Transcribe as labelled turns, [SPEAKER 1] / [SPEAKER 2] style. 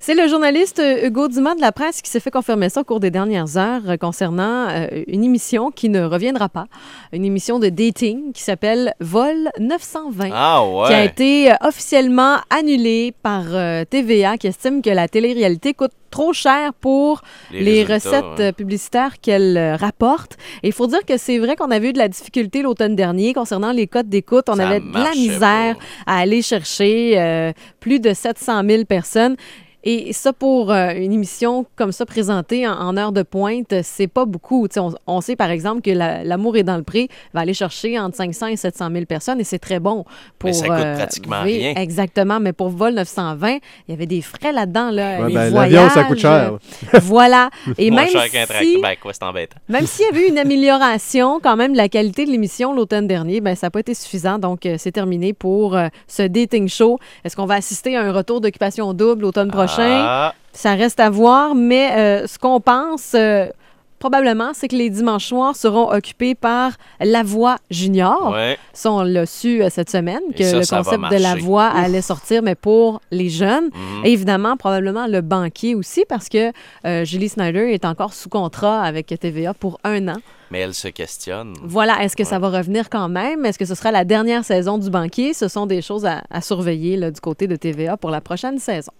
[SPEAKER 1] C'est le journaliste euh, Hugo Dumas de la presse qui s'est fait confirmer ça au cours des dernières heures euh, concernant euh, une émission qui ne reviendra pas, une émission de dating qui s'appelle Vol 920,
[SPEAKER 2] Ah
[SPEAKER 1] qui a
[SPEAKER 2] ouais.
[SPEAKER 1] été euh, officiellement annulée par euh, TVA, qui estime que la télé-réalité coûte trop cher pour les
[SPEAKER 2] résultats,
[SPEAKER 1] recettes
[SPEAKER 2] hein.
[SPEAKER 1] euh, publicitaires qu'elle euh, rapporte. Et il faut dire que c'est vrai qu'on avait eu de la difficulté l'automne dernier concernant les cotes d'écoute. On
[SPEAKER 2] Ça
[SPEAKER 1] avait de la
[SPEAKER 2] marchait
[SPEAKER 1] misère
[SPEAKER 2] pas.
[SPEAKER 1] à aller chercher euh, plus de 700 000 personnes. Et ça, pour euh, une émission comme ça présentée en, en heure de pointe, c'est pas beaucoup. Tu sais, On, on sait, par exemple, que la- L'amour est dans le pré va aller chercher entre 500 et 700 000 personnes et c'est très bon pour... euh,
[SPEAKER 2] Mais ça coûte pratiquement
[SPEAKER 1] oui,
[SPEAKER 2] rien.
[SPEAKER 1] Exactement, mais pour Vol 920, il y avait des frais là-dedans. Là,
[SPEAKER 3] Ouais,
[SPEAKER 1] les
[SPEAKER 3] ben, L'avion, ça
[SPEAKER 1] voyages,
[SPEAKER 3] coûte cher.
[SPEAKER 1] voilà. Et
[SPEAKER 2] Moins
[SPEAKER 1] même
[SPEAKER 2] cher qu'un
[SPEAKER 1] si,
[SPEAKER 2] tractback, ouais, ben, c'est embêtant.
[SPEAKER 1] même s'il y avait eu une amélioration quand même de la qualité de l'émission l'automne dernier, ben ça n'a pas été suffisant. Donc euh, c'est terminé pour euh, ce dating show. Est-ce qu'on va assister à un retour d'occupation double l'automne prochain
[SPEAKER 2] Ah,
[SPEAKER 1] Ça reste à voir, mais euh, ce qu'on pense. euh, Probablement, c'est que les dimanches soirs seront occupés par La Voix Junior.
[SPEAKER 2] ouais.
[SPEAKER 1] Ça, on l'a su euh, cette semaine,
[SPEAKER 2] Et
[SPEAKER 1] que
[SPEAKER 2] ça,
[SPEAKER 1] le
[SPEAKER 2] ça va
[SPEAKER 1] concept de La
[SPEAKER 2] marcher.
[SPEAKER 1] Voix allait sortir, mais pour les jeunes.
[SPEAKER 2] Mhm.
[SPEAKER 1] Et évidemment, probablement le banquier aussi, parce que euh, Julie Snyder est encore sous contrat avec TVA pour un an.
[SPEAKER 2] Mais elle se questionne.
[SPEAKER 1] Voilà, est-ce que ça
[SPEAKER 2] Ouais.
[SPEAKER 1] va revenir quand même? Est-ce que ce sera la dernière saison du banquier? Ce sont des choses à, à surveiller là, du côté de TVA pour la prochaine saison.